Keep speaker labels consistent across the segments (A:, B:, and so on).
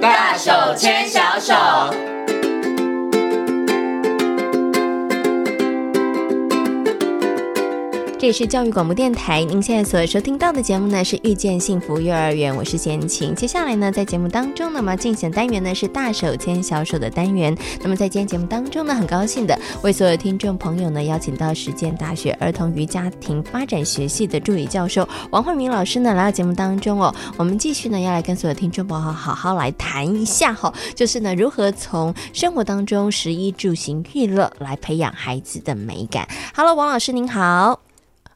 A: 大手牵小手。
B: 这里是教育广播电台，您现在所收听到的节目呢是《遇见幸福幼儿园》，我是贤琴。接下来呢，在节目当中呢，我们要进行的单元呢是“大手牵小手”的单元。那么在今天节目当中呢，很高兴的为所有听众朋友呢邀请到实践大学儿童与家庭发展学系的助理教授王慧明老师呢来到节目当中哦。我们继续呢要来跟所有听众朋友好好来谈一下哈、就是呢如何从生活当中食衣住行娱乐来培养孩子的美感。Hello，王老师您好。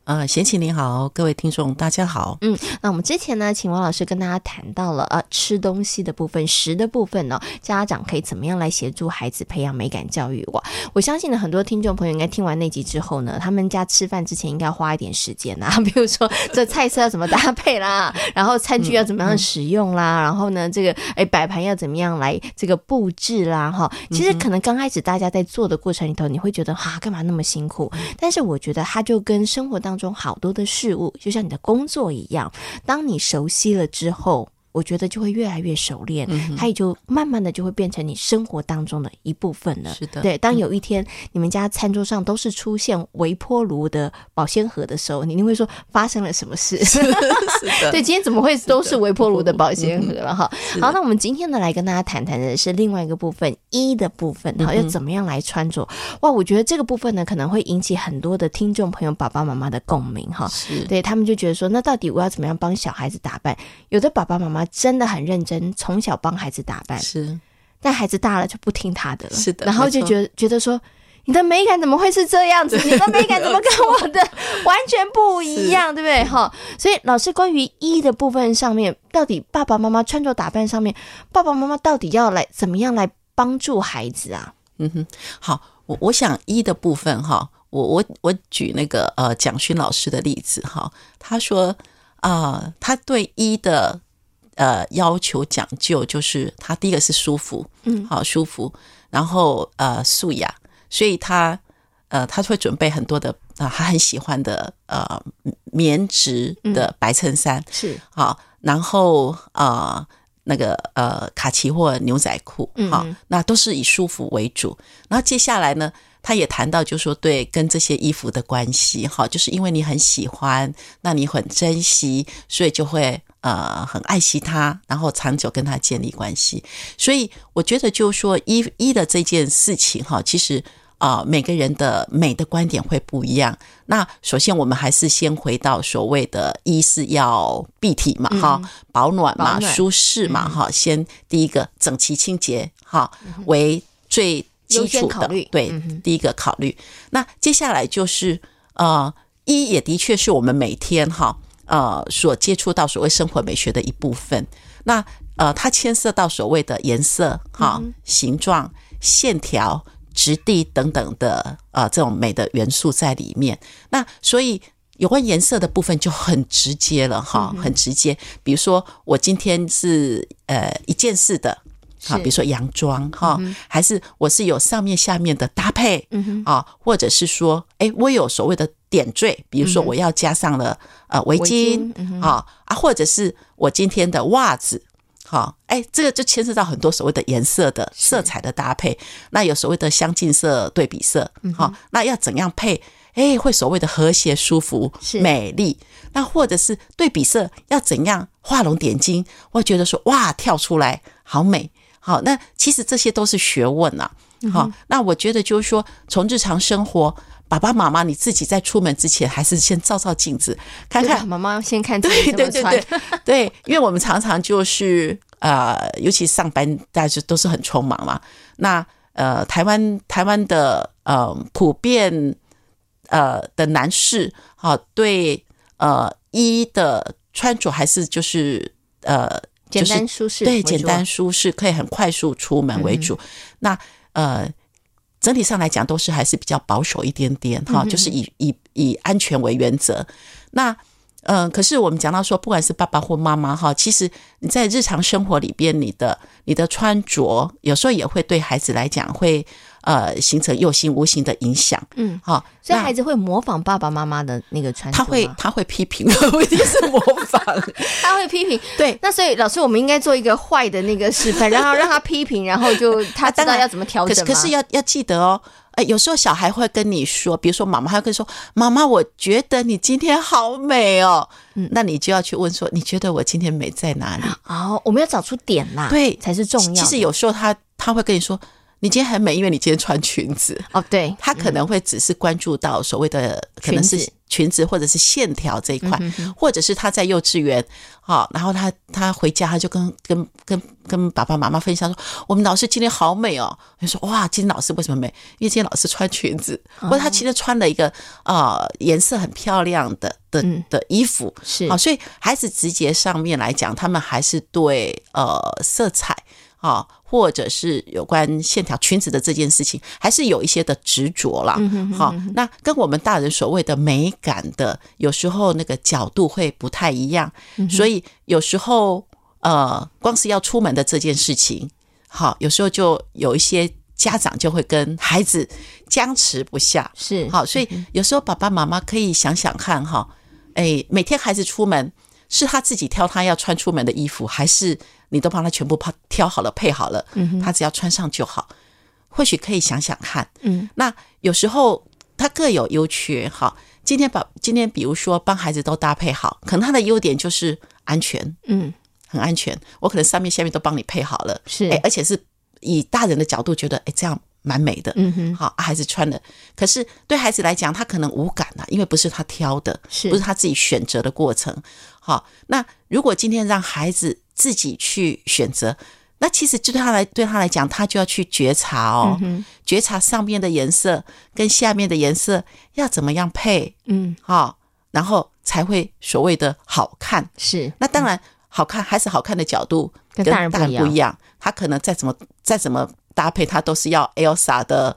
C: 啊，贤琴你好，各位听众大家好。
B: 那我们之前呢，请王老师跟大家谈到了呃吃东西的部分、食的部分呢、家长可以怎么样来协助孩子培养美感教育哇？我相信呢，很多听众朋友应该听完那集之后呢，他们家吃饭之前应该花一点时间啦， 比如说这菜色要怎么搭配啦， 然后餐具要怎么样使用啦，然后呢这个哎摆盘要怎么样来这个布置啦哈。其实可能刚开始大家在做的过程里头，你会觉得啊干嘛那么辛苦？但是我觉得它就跟生活当中好多的事物，就像你的工作一样，当你熟悉了之后。我觉得就会越来越熟练，它也就慢慢的就会变成你生活当中的一部分了。
C: 是的嗯
B: 对。当有一天你们家餐桌上都是出现微波炉的保鲜盒的时候，你一定会说发生了什么事？
C: 是的，
B: 对，今天怎么会都是微波炉的保鲜盒了哈？
C: 嗯的
B: 好，那我们今天呢来跟大家谈谈的是另外一个部分一的部
C: 嗯
B: 分，好，要怎么样来穿着？哇，我觉得这个部分呢可能会引起很多的听众朋友、爸爸妈妈的共鸣哈。
C: 是
B: 对他们就觉得说，那到底我要怎么样帮小孩子打扮？有的爸爸妈妈真的很认真，从小帮孩子打扮，
C: 是
B: 但孩子大了就不听他的了，
C: 是的
B: 然后
C: 没
B: 就
C: 错
B: 觉得觉得说。你的美感怎么会是这样子？你的美感怎么跟我的 完全不一样，对不对？哈，所以老师关于一的部分上面，到底爸爸妈妈穿着打扮上面，爸爸妈妈到底要来怎么样来帮助孩子啊？
C: 嗯好，我我想一的部分哈，我我我举那个呃蒋勋老师的例子哈，他说啊、他对一的呃要求讲究就是他第一个是舒服，
B: 嗯
C: 好舒服，然后呃素雅，所以他呃他会准备很多的啊、他很喜欢的呃棉质
B: 嗯
C: 的白衬衫，
B: 是
C: 好，然后呃那个呃卡其或牛仔裤，好，那都是以舒服为主。然后接下来呢，他也谈到就说对跟这些衣服的关系，哈，就是因为你很喜欢，那你很珍惜，所以就会呃很爱惜它，然后长久跟它建立关系。所以我觉得就是说衣衣的这件事情哈，其实啊、呃每个人的美的观点会不一样。那首先我们还是先回到所谓的衣是要蔽体嘛，哈、保暖嘛，
B: 嗯保暖嗯
C: 舒适嘛，哈、先第一个整齐清洁哈、为最基
B: 优先
C: 础
B: 考
C: 的
B: 虑，嗯
C: 对、第一个考虑。那接下来就是呃，一也的确是我们每天哈呃所接触到所谓生活美学的一部分。那呃，它牵涉到所谓的颜色、哈、
B: 嗯
C: 形状、线条、质地等等的呃这种美的元素在里面。那所以有关颜色的部分就很直接了
B: 嗯
C: 哈，很直接。比如说我今天是呃一件事的。啊，
B: 是嗯
C: 比如说洋装哈，还是我是有上面下面的搭配，嗯、啊，或者是说，哎，我有所谓的点缀，比如说我要加上了、呃围
B: 嗯围
C: 巾
B: 巾嗯
C: 啊、啊，或者是我今天的袜子，好，哎，这个就牵涉到很多所谓的颜色的色彩的搭配，那有所谓的相近色、对比色，好、那要怎样配？哎，会所谓的和谐、舒服
B: 是、
C: 美丽，那或者是对比色要怎样画龙点睛？我觉得说哇，跳出来好美，好，那其实这些都是学问呐、好、那我觉得就是说，从日常生活，爸爸妈妈你自己在出门之前，还是先照照镜子，看
B: 对
C: 看
B: 吧妈妈先看自己
C: 对
B: 怎
C: 对
B: 么
C: 对
B: 穿，
C: 对 对，因为我们常常就是呃，尤其上班，大家就都是很匆忙嘛。那呃，台湾台湾的呃普遍呃的男士，好、对呃衣的穿着还是就是呃
B: 简
C: 就是
B: 单舒适为
C: 对，
B: 主啊
C: 简单舒适，可以很快速出门为
B: 嗯
C: 主。那呃，整体上来讲都是还是比较保守一点点
B: 嗯
C: 哈，就是以以以安全为原则。那嗯、呃可是我们讲到说，不管是爸爸或妈妈哈，其实你在日常生活里边，你的你的穿着有时候也会对孩子来讲会呃形成有形无形的影响。
B: 嗯，
C: 好、
B: 所以
C: 那
B: 孩子会模仿爸爸妈妈的那个穿着啊
C: 他
B: 吗，
C: 会他会批评， 不一定是模仿。
B: 他会批评。
C: 对，
B: 那所以老师，我们应该做一个坏的那个示范，然后让他批评，啊然后就他知
C: 啊当
B: 道
C: 然
B: 要怎么调
C: 可
B: 整
C: 是
B: 吗。
C: 可是要要记得哦，哎，有时候小孩会跟你说，比如说妈妈，他会跟你说妈妈，我觉得你今天好美哦。
B: 嗯
C: 那你就要去问说，你觉得我今天美在哪里？
B: 哦，我们要找出点啦，
C: 对
B: 才是重要的。
C: 其实有时候他他会跟你说，你今天很美，因为你今天穿裙子。
B: 哦，对，
C: 他可能会只是关注到所谓的可能
B: 裙
C: 是
B: 子嗯
C: 裙子或者是线条这一块，或者是他在幼稚园，好、然后他他回家他就跟跟跟跟爸爸妈妈分享说，我们老师今天好美哦，就说哇，今天老师为什么美？因为今天老师穿裙子，或者
B: 哦
C: 他今天穿了一个呃颜色很漂亮的的
B: 嗯
C: 的衣服，
B: 是
C: 好、所以孩子直觉上面来讲，他们还是对呃色彩啊、或者是有关线条裙子的这件事情，还是有一些的执着啦。好、那跟我们大人所谓的美感的，有时候那个角度会不太一样，所以有时候呃，光是要出门的这件事情，好、有时候就有一些。家长就会跟孩子僵持不下，
B: 是嗯
C: 好，所以有时候爸爸妈妈可以想想看哈，哎，每天孩子出门是他自己挑他要穿出门的衣服，还是你都帮他全部挑挑好了、配好了，他只要穿上就好。或许可以想想看，
B: 嗯，
C: 那有时候他各有优缺哈。今天把今天比如说帮孩子都搭配好，可能他的优点就是安全，
B: 嗯，
C: 很安全。我可能上面下面都帮你配好了，
B: 是
C: 哎，而且是以大人的角度觉得，哎，这样蛮美的，
B: 嗯哼，
C: 好，啊孩子穿的，可是对孩子来讲，他可能无感啊，因为不是他挑的，
B: 是
C: 不是他自己选择的过程。好，那如果今天让孩子自己去选择，那其实就对他来对他来讲，他就要去觉察哦，
B: 嗯
C: 觉察上面的颜色跟下面的颜色要怎么样配，
B: 嗯，
C: 好、然后才会所谓的好看。
B: 是
C: 那当然，好看还是好看的角度
B: 跟大人不一样
C: 一样。他可能再怎么再怎么搭配，他都是要 Elsa 的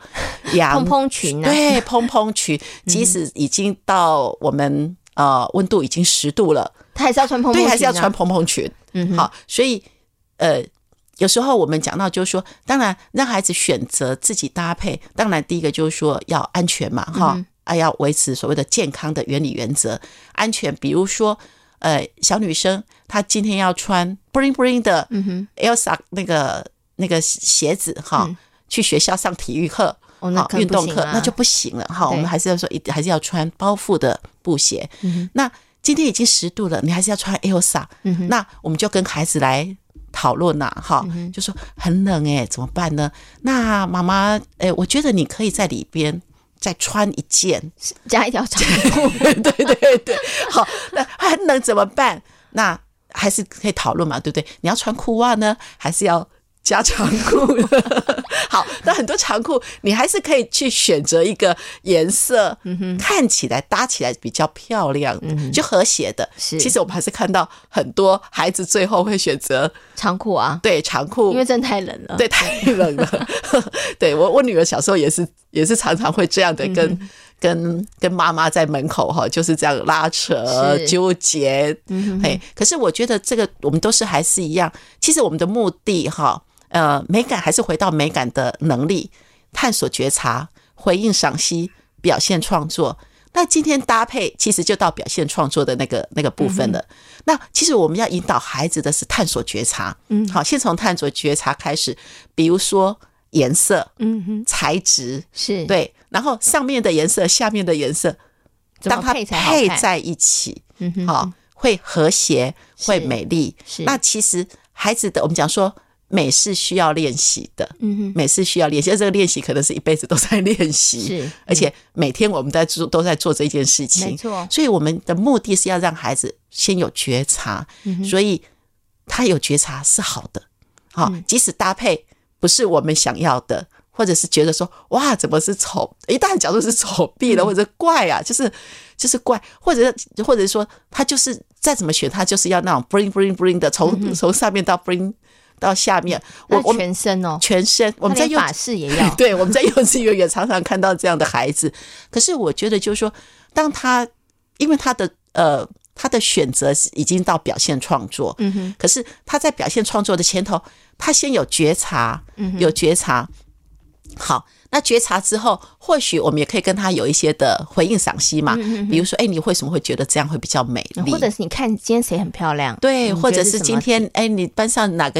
C: 羊
B: 蓬蓬裙啊
C: 对，蓬蓬裙。即使已经到我们呃温度已经十度了，
B: 他还是要穿蓬蓬裙
C: 对，
B: 啊，
C: 还是要穿蓬蓬裙。
B: 嗯哼
C: 好，所以呃。有时候我们讲到，就是说，当然让孩子选择自己搭配，当然第一个就是说要安全嘛，
B: 嗯
C: 哈、啊要维持所谓的健康的原理原则，安全。比如说，呃，小女生她今天要穿 bling bling 的
B: 嗯
C: Elsa 那个那个鞋子哈，
B: 嗯
C: 去学校上体育课。
B: 哦那
C: 好
B: 更
C: 运
B: 不
C: 动
B: 行
C: 课
B: 啦
C: 那就不行了哈，我们
B: 对嗯
C: 还是要说，一还是要穿包覆的布鞋。那今天已经十度了，你还是要穿 Elsa、那
B: 嗯
C: 我们就跟孩子来讨论呐、哈、就说很冷哎、怎么办呢？那妈妈哎、我觉得你可以在里边再穿一件，
B: 加一条长裤，
C: 对对对，好，那很冷怎么办？那还是可以讨论嘛，对不对？你要穿裤袜呢，还是要加长裤 呢？好，那很多长裤你还是可以去选择一个颜色，看起来搭起来比较漂亮，就和谐的。
B: 嗯是
C: 其实我们还是看到很多孩子最后会选择
B: 长裤啊，
C: 对长裤，
B: 因为真的太冷了。
C: 对，太冷了。 对我，我女儿小时候也是，也是常常会这样的跟，跟跟妈妈在门口哈，就是这样拉扯
B: 是
C: 纠结。嘿，可是我觉得这个我们都是还是一样，其实我们的目的哈，呃，美感还是回到美感的能力，探索觉察，回应赏析，表现创作。那今天搭配其实就到表现创作的那个那个部分了。那其实我们要引导孩子的是探索觉察，嗯，好，先从探索觉察开始，比如说颜色、
B: 嗯哼，
C: 材质，
B: 是，
C: 对，然后上面的颜色、下面的颜色，
B: 怎么
C: 当它
B: 配才好看
C: 配在一起，
B: 嗯哼，
C: 好、会和谐，会
B: 是
C: 美丽。
B: 是
C: 那其实孩子的，我们讲说美是需要练习的，
B: 嗯哼，
C: 美是需要练习，而这个练习可能是一辈子都在练习，
B: 是
C: 而且每天我们在做都在做这件事情，
B: 嗯没错
C: 所以我们的目的是要让孩子先有觉察，
B: 嗯
C: 所以他有觉察是好的，好、
B: 嗯
C: 即使搭配不是我们想要的。或者是觉得说哇，怎么是丑？一旦角度是丑毙
B: 嗯
C: 了，或者是怪啊，就是就是怪，或者是或者说他就是再怎么选，他就是要那种 bling bling bling 的，
B: 嗯
C: 从从上面到 bling 到下面。我
B: 那
C: 我
B: 全身哦，
C: 全身，我们
B: 他
C: 在
B: 连
C: 幼
B: 法式也 要，
C: 对，我们在幼稚园也常常看到这样的孩子。可是我觉得，就是说，当他因为他的呃他的选择是已经到表现创作，嗯哼，可是他在表现创作的前头，他先有觉察，嗯，有觉察，好，那觉察之后，或许我们也可以跟他有一些的回应赏析
B: 嗯
C: 嘛，比如说，哎、你为什么会觉得这样会比较美丽？
B: 或者是你看今天谁很漂亮，
C: 对，
B: 你
C: 或
B: 觉得
C: 嗯者是
B: 什
C: 今
B: 么
C: 天哎，你班上哪个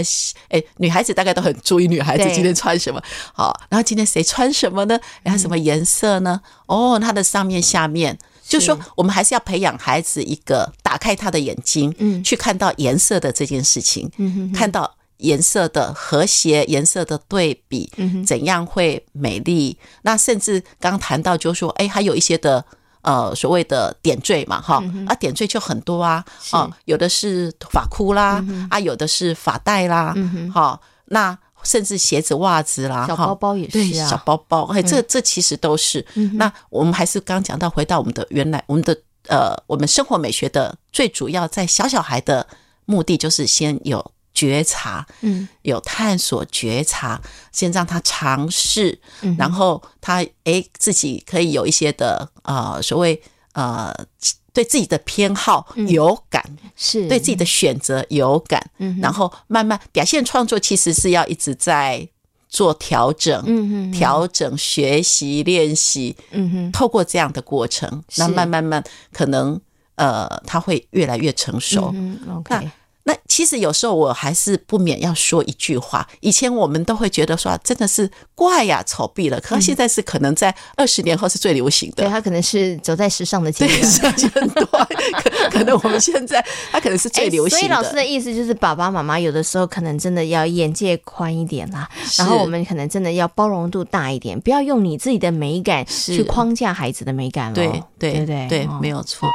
C: 哎女孩子大概都很注意女孩子
B: 对
C: 今天穿什么，好，然后今天谁穿什么呢？然后什么颜色呢？哦，它的上面下面，就是说我们还是要培养孩子一个打开他的眼睛，
B: 嗯
C: 去看到颜色的这件事情，
B: 嗯哼哼
C: 看到颜色的和谐、颜色的对比，
B: 嗯哼
C: 怎样会美丽？那甚至刚谈到，就说，哎，还有一些的。呃，所谓的点缀嘛，哈、啊，点缀就很多啊，
B: 是嗯
C: 哦，有的是发箍啦，啊，有的是发带啦，好、那甚至鞋子、袜子啦，
B: 小
C: 哈
B: 包包也是
C: 对，小
B: 啊，嗯
C: 包包，哎，这这其实都是。那我们还是刚讲到，回到我们的原来，我们的呃，我们生活美学的最主要在小小孩的目的，就是先有觉察，
B: 嗯，
C: 有探索觉察，先让他尝试，
B: 嗯哼
C: 然后他诶自己可以有一些的呃所谓呃对自己的偏好
B: 嗯
C: 有感，
B: 是
C: 对自己的选择有感，
B: 嗯哼
C: 然后慢慢表现创作，其实是要一直在做调整，
B: 嗯哼哼
C: 调整、学习、练习，
B: 嗯哼
C: 透过这样的过程，
B: 是
C: 那慢慢慢，可能呃，他会越来越成熟。
B: 嗯哼，OK，
C: 那其实有时候我还是不免要说一句话，以前我们都会觉得说啊真的是怪呀、丑毙了，可是现在是可能在二十年后是最流行的
B: 嗯对。啊他可能是走在时尚的前
C: 对，
B: 端。
C: 是很多， 可可能我们现在它可能是最
B: 哎
C: 流行
B: 所以
C: 的。
B: 老师的意思就是，爸爸妈妈有的时候可能真的要眼界宽一点啦，然后我们可能真的要包容度大一点，不要用你自己的美感
C: 是
B: 去框架孩子的美感了。
C: 对对
B: 哦对不对
C: 对
B: 哦，
C: 没有错。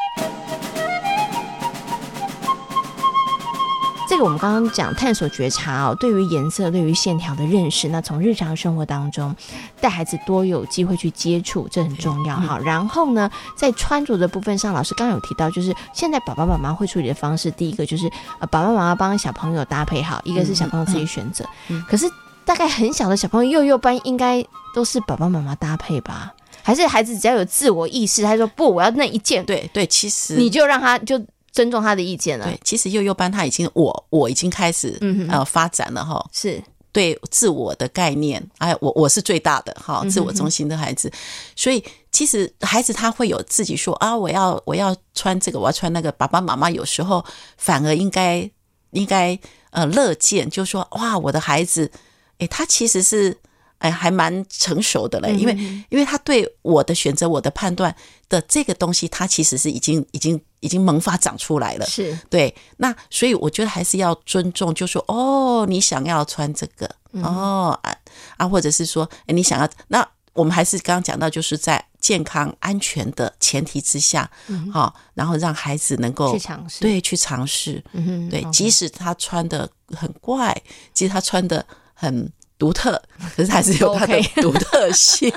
B: 这个我们刚刚讲探索觉察哦，对于颜色、对于线条的认识，那从日常生活当中带孩子多有机会去接触，这很重要
C: 嗯
B: 哈。然后呢，在穿着的部分上，老师刚刚有提到，就是现在爸爸妈妈会处理的方式，第一个就是呃爸爸妈妈帮小朋友搭配好，一个是小朋友自己选择，
C: 嗯嗯
B: 可是大概很小的小朋友幼幼班应该都是爸爸妈妈搭配吧？还是孩子只要有自我意识，他说不，我要那一件，
C: 对对，其实
B: 你就让他就尊重他的意见了。
C: 对，其实幼幼班他已经我我已经开始
B: 嗯哼
C: 呃发展了哈，
B: 是，
C: 对自我的概念，哎，我我是最大的哈，
B: 哼
C: 自我中心的孩子，所以其实孩子他会有自己说啊，我要我要穿这个，我要穿那个，爸爸妈妈有时候反而应该应该呃乐见，就说哇，我的孩子，哎，他其实是。哎，还蛮成熟的嘞，因为因为他对我的选择、我的判断的这个东西，他其实是已经、已经、已经萌发长出来了。
B: 是，
C: 对，那所以我觉得还是要尊重，就说哦，你想要穿这个，
B: 嗯
C: 哦啊啊，或者是说、诶你想要，那我们还是刚刚讲到，就是在健康安全的前提之下，好、然后让孩子能够
B: 嗯去尝试
C: 对，去尝试，
B: 嗯哼，
C: 对，
B: OK
C: 即使他穿的很怪，即使他穿的很独特，可是还是有他的
B: OK
C: 独特性。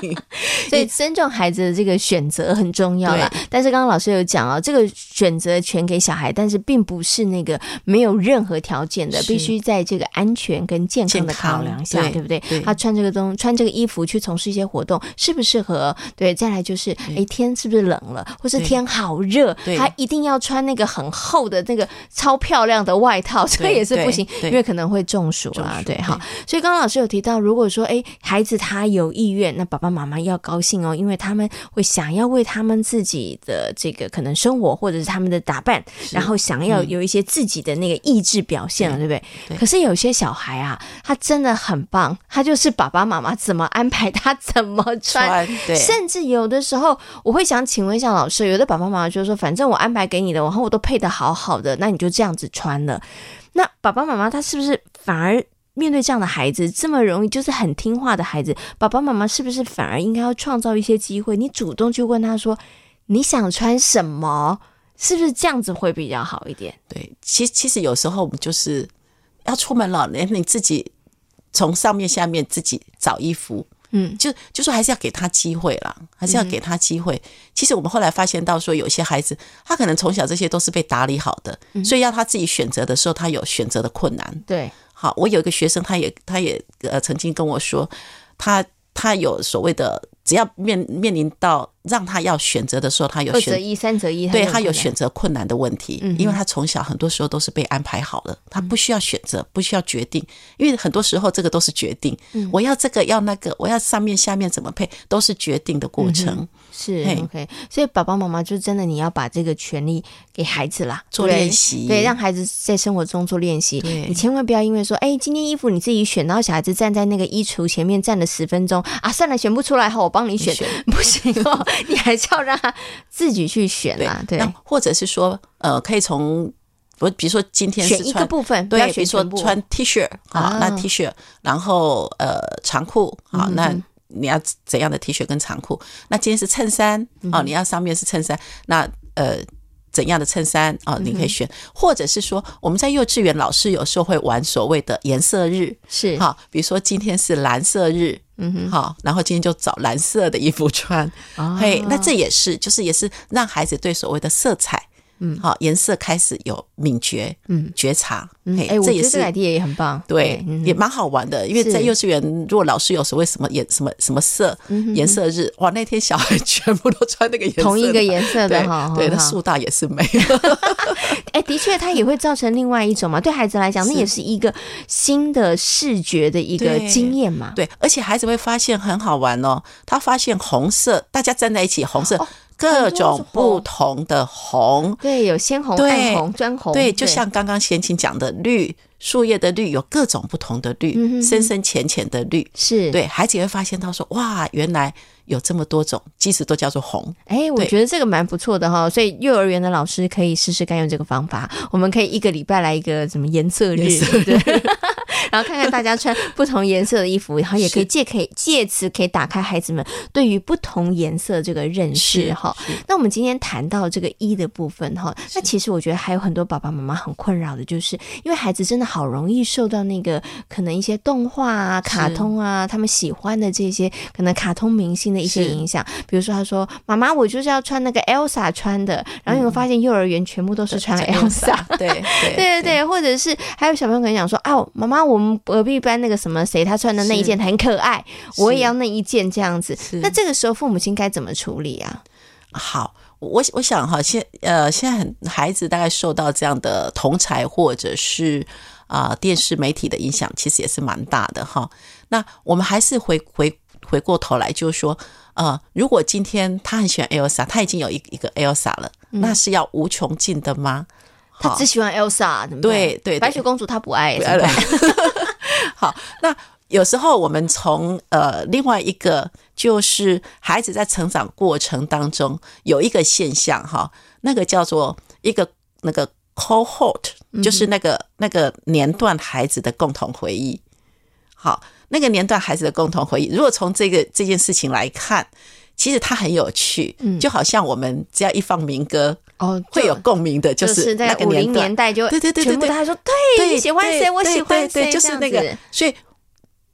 B: 所以尊重孩子的这个选择很重要啦
C: 对。
B: 但是刚刚老师有讲啊，这个选择权给小孩，但是并不是那个没有任何条件的，
C: 是
B: 必须在这个安全跟健康的
C: 健康
B: 考量下，
C: 对
B: 对不对
C: 对
B: 他穿这个东穿这个衣服去从事一些活动适不适合？对，再来就是哎天是不是冷了，或是
C: 对
B: 天好热，
C: 对
B: 他一定要穿那个很厚的那个超漂亮的外套，这
C: 对
B: 也是不行，
C: 对对
B: 因为可能会中暑啦
C: 中。暑
B: 对，
C: 对
B: 好，所以刚刚老师有提到，如果说诶孩子他有意愿，那爸爸妈妈要高兴哦，因为他们会想要为他们自己的这个可能生活或者是他们的打扮， 然后想要有一些自己的那个意志表现了，对不对？
C: 对
B: 可是有些小孩啊，他真的很棒，他就是爸爸妈妈怎么安排他怎么穿。
C: 穿对
B: 甚至有的时候，我会想请问一下老师，有的爸爸妈妈就说，反正我安排给你的，然后我都配的好好的，那你就这样子穿了。那爸爸妈妈他是不是反而面对这样的孩子这么容易，就是很听话的孩子，爸爸妈妈是不是反而应该要创造一些机会，你主动去问他说你想穿什么？是不是这样子会比较好一点？
C: 对，其其实有时候我们就是要出门了，连你自己从上面下面自己找衣服，
B: 嗯，
C: 就就说还是要给他机会啦，还是要给他机会。其实我们后来发现到说，有些孩子他可能从小这些都是被打理好的，
B: 嗯
C: 所以要他自己选择的时候，他有选择的困难。
B: 对，
C: 好，我有一个学生，他也他也呃曾经跟我说，他他有所谓的，只要面面临到让他要选择的时候，他有
B: 二择
C: 选
B: 一、三择一，
C: 对
B: 他
C: 他有选择困难的问题，
B: 嗯哼嗯
C: 因为他从小很多时候都是被安排好了，他不需要选择，不需要决定，因为很多时候这个都是决定，
B: 嗯
C: 我要这个要那个，我要上面下面怎么配，都是决定的过
B: 嗯
C: 程。
B: 是
C: 嘿
B: OK，所以爸爸妈妈就真的你要把这个权利给孩子啦，
C: 做
B: 对不对
C: 练习
B: 对，让孩子在生活中做练习。
C: 嗯对
B: 你千万不要因为说，哎，今天衣服你自己选，然后小孩子站在那个衣橱前面站了十分钟啊，算了，选不出来，好，我帮你选，不行哦， 你还是要让他自己去选啦，对，
C: 那或者是说，呃，可以从我比如说今天是
B: 选
C: 穿
B: 一个部分，不要
C: 对，比
B: 选
C: 如说
B: 全部
C: 穿 T 恤啊
B: 啊，
C: 那 T 恤，然后呃长裤啊，
B: 嗯
C: 那你要怎样的 T 恤跟长裤？那今天是衬衫
B: 嗯
C: 啊，你要上面是衬衫，那呃。怎样的衬衫
B: 嗯
C: 啊、你可以选，或者是说，我们在幼稚园老师有时候会玩所谓的颜色日，
B: 是
C: 好，比如说今天是蓝色日，嗯哼，好，然后今天就找蓝色的衣服穿，
B: 哦
C: 嘿，那这也是，就是也是让孩子对所谓的色彩，嗯，好，颜色开始有敏觉，嗯，觉察，
B: 嗯
C: 嘿
B: 哎，我
C: 这
B: 觉
C: 也
B: 得这个
C: 是
B: idea 也很棒，
C: 对，
B: 嗯
C: 也蛮好玩的，因为
B: 是嗯
C: 在幼稚园，如果老师有所谓什么颜什么什么色颜色日，哇，那天小孩全部都穿那 个颜色的，
B: 同一个颜色的
C: 对
B: 哈，
C: 对，
B: 哈
C: 那
B: 哈
C: 树大也是美，
B: 哎、的确，它也会造成另外一种嘛，对孩子来讲，那
C: 是
B: 也是一个新的视觉的一个
C: 对
B: 经验嘛。
C: 对，而且孩子会发现很好玩哦，他发现红色，大家站在一起，红色、
B: 哦
C: 各种
B: 很多
C: 不
B: 种
C: 同的红，
B: 对有鲜红、
C: 对
B: 暗红、砖红，
C: 对，就像刚刚贤琴讲的绿，树叶的绿有各种不同的绿，
B: 嗯哼哼
C: 深深浅浅的绿。
B: 是，
C: 对，孩子也会发现到说，哇，原来有这么多种，即使都叫做红。
B: 哎，我
C: 对
B: 觉得这个蛮不错的哈，所以幼儿园的老师可以试试看用这个方法，我们可以一个礼拜来一个什么颜色日，对， 然后看看大家穿不同颜色的衣服，然后也可以
C: 是
B: 借可以借此可以打开孩子们对于不同颜色这个认识哈。那我们今天谈到这个一的部分哈，那其实我觉得还有很多爸爸妈妈很困扰的，就是因为孩子真的好容易受到那个可能一些动画啊、卡通啊，他们喜欢的这些可能卡通明星的一些
C: 是
B: 影响。比如说，他说：“妈妈，我就是要穿那个 Elsa 穿的。”然后你会发现，幼儿园全部都是穿
C: 呃
B: Elsa。
C: 对对
B: 对对对，或者是还有小朋友可能讲说啊，妈妈，我们隔壁班那个什么谁，他穿的那一件很可爱，
C: 是
B: 我也要那一件这样子。
C: 是
B: 那这个时候父母亲该怎么处理啊？
C: 好，我我想哈，现呃现在很孩子大概受到这样的同才或者是啊、呃电视媒体的影响，其实也是蛮大的哈。那我们还是回回回过头来，就是说，呃，如果今天他很喜欢 Elsa，他已经有一一个 Elsa 了，那是要无穷尽的吗？
B: 他
C: 好
B: 只喜欢 Elsa，对不
C: 对对对
B: 白雪公主她不爱，
C: 不
B: 怎
C: 要
B: 么
C: 了
B: 办。
C: 好，那有时候我们从呃另外一个就是孩子在成长过程当中有一个现象哈，那个叫做一个那个 cohort，就是
B: 嗯
C: 那个、那个年段孩子的共同回忆。好，那个年段孩子的共同回忆，如果从这个这件事情来看。其实它很有趣，就好像我们只要一放民歌，
B: 嗯哦，
C: 会有共鸣的，
B: 就
C: 就是那
B: 在
C: 个
B: 五零
C: 段
B: 年。代就
C: 对对对对
B: 全部
C: 对
B: 大家说对，
C: 对，
B: 哎你喜欢谁，
C: 对
B: 我
C: 对
B: 喜欢
C: 对
B: 谁，
C: 对就
B: 这
C: 是
B: 样
C: 那个
B: 子，
C: 所以。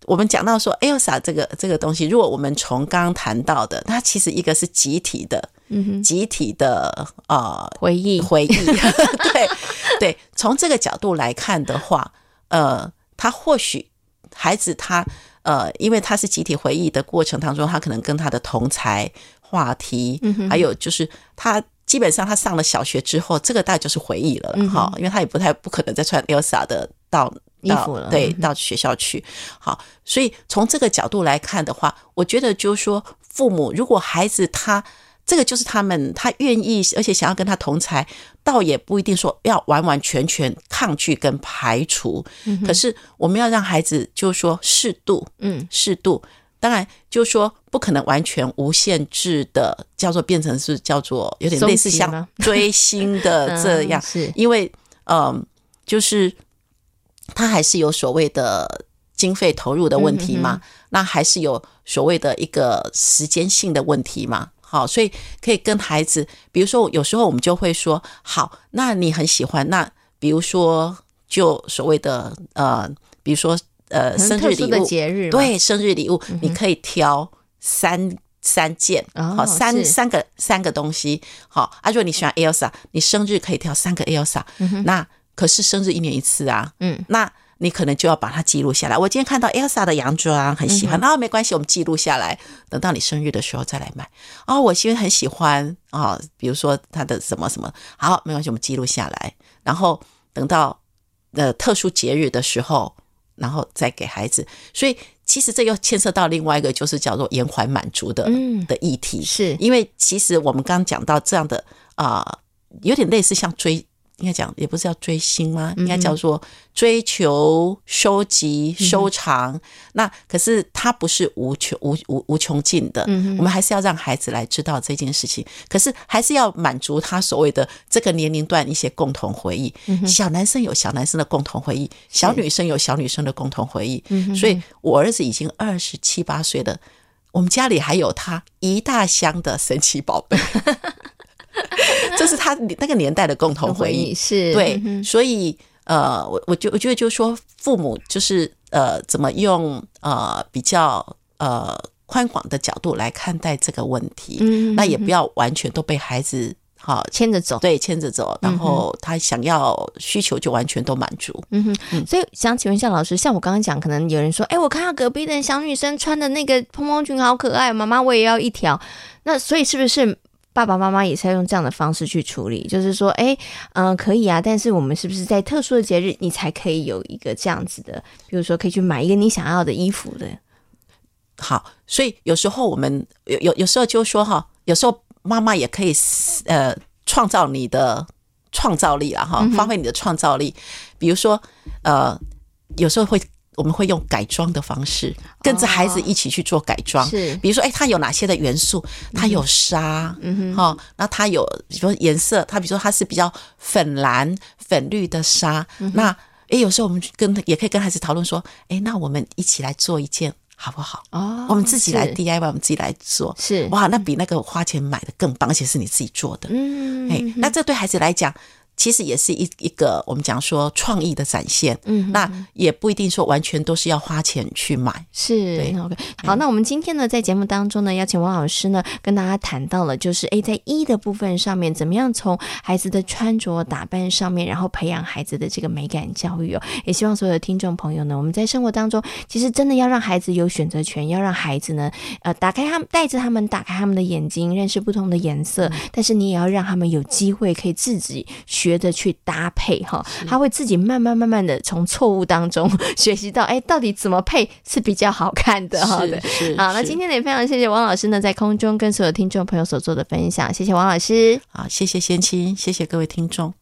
C: 我们讲到说 Elsa 这个这个东西，如果我们从刚刚谈到的，它其实一个是集体的，
B: 嗯哼，
C: 集体的呃
B: 回忆
C: 回忆， 对对，从这个角度来看的话，呃，他或许孩子他呃，因为他是集体回忆的过程当中，他可能跟他的同才话题，还有就是他。基本上他上了小学之后，这个大概就是回忆了啦哈、因为他也不太不可能再穿 Elsa 的到
B: 衣
C: 到
B: 服了
C: 对
B: 嗯，
C: 到学校去。好，所以从这个角度来看的话，我觉得就是说，父母如果孩子他这个就是他们他愿意，而且想要跟他同才，倒也不一定说要完完全全抗拒跟排除。可是我们要让孩子就是说适度，
B: 嗯，
C: 适度。当然，就是说不可能完全无限制的，叫做变成是叫做有点类似
B: 松弛吗
C: 像追星 的这样
B: 嗯，是
C: 因为嗯，就是它还是有所谓的经费投入的问题
B: 嗯
C: 嘛，那还是有所谓的一个时间性的问题嘛。好，所以可以跟孩子，比如说有时候我们就会说，好，那你很喜欢，那比如说就所谓的呃，比如说呃，
B: 可能
C: 生
B: 特
C: 日
B: 殊
C: 礼
B: 的
C: 物，
B: 节日嘛，嗯
C: 对，生日礼物、你可以挑三三件，
B: 哦
C: 好、三
B: 是
C: 三个三个东西，好啊。如果你喜欢 Elsa，你生日可以挑三个 Elsa，、那可是生日一年一次啊，
B: 嗯，
C: 那你可能就要把它记录下来。我今天看到 Elsa 的洋装很喜欢，啊、没关系，我们记录下来，等到你生日的时候再来买。啊，我今天很喜欢啊，比如说它的什么什么，好，没关系，我们记录下来，然后等到呃特殊节日的时候，然后再给孩子。所以其实这又牵涉到另外一个，就是叫做延缓满足的、
B: 嗯
C: 的议题，
B: 是
C: 因为其实我们刚刚讲到这样的啊、有点类似像追，应该讲也不是叫追星吗？应该叫做追求、收集、收藏。那可是它不是无穷无无无穷尽的，
B: 嗯哼
C: 我们还是要让孩子来知道这件事情。可是还是要满足他所谓的这个年龄段一些共同回忆。
B: 嗯
C: 小男生有小男生的共同回忆，小女生有小女生的共同回忆。
B: 嗯哼
C: 所以我儿子已经二十七八岁了。我们家里还有他一大箱的神奇宝 贝，这是他那个年代的共同回忆。
B: 是
C: 对
B: 嗯，哼
C: 所以呃，我我就我觉得就是说，父母就是呃，怎么用呃比较呃宽广的角度来看待这个问题，
B: 嗯
C: 那也不要完全都被孩子好、
B: 牵着走。
C: 对牵着走，然后他想要需求就完全都满足。
B: 嗯哼，所以想请问一下老师，像我刚刚讲，可能有人说，哎、我看到隔壁的小女生穿的那个蓬蓬裙好可爱，妈妈我也要一条。那所以是不是爸爸妈妈也是要用这样的方式去处理？就是说，哎、嗯、可以啊，但是我们是不是在特殊的节日，你才可以有一个这样子的，比如说可以去买一个你想要的衣服的？
C: 好，所以有时候我们有有有时候就说哈，有时候妈妈也可以呃创造你的创造力啊哈，发挥你的创造力。比如说呃，有时候会我们会用改装的方式，跟着孩子一起去做改装。
B: 是，
C: 比如说，哎，它有哪些的元素？
B: 嗯
C: 它有沙，嗯哼，哈、那它有，比如说颜色，它比如说它是比较粉蓝、粉绿的沙。
B: 嗯
C: 那哎，有时候我们跟也可以跟孩子讨论说，哎，那我们一起来做一件好不好？
B: 哦
C: 我们自己来
B: 是
C: DIY，我们自己来做，
B: 是
C: 哇，那比那个花钱买的更棒，而且是你自己做的。
B: 嗯，
C: 哎，那这对孩子来讲，其实也是一一个我们讲说创意的展现。
B: 嗯
C: 那也不一定说完全都是要花钱去买。
B: 是
C: 对
B: OK，好，那我们今天呢，在节目当中呢，邀请王老师呢，跟大家谈到了，就是诶，在一的部分上面，怎么样从孩子的穿着打扮上面，然后培养孩子的这个美感教育哦。也希望所有的听众朋友呢，我们在生活当中，其实真的要让孩子有选择权，要让孩子呢，呃，打开他们，带着他们打开他们的眼睛，认识不同的颜色，但是你也要让他们有机会可以自己学着去搭配哈、他会自己慢慢慢慢的从错误当中 学习到，哎，到底怎么配是比较好看的哈。哦啊对
C: 是
B: 好，那
C: 是
B: 今天呢也非常谢谢王老师呢，在空中跟所有听众朋友所做的分享，谢谢王老师。
C: 啊好，谢谢贤青，谢谢各位听众。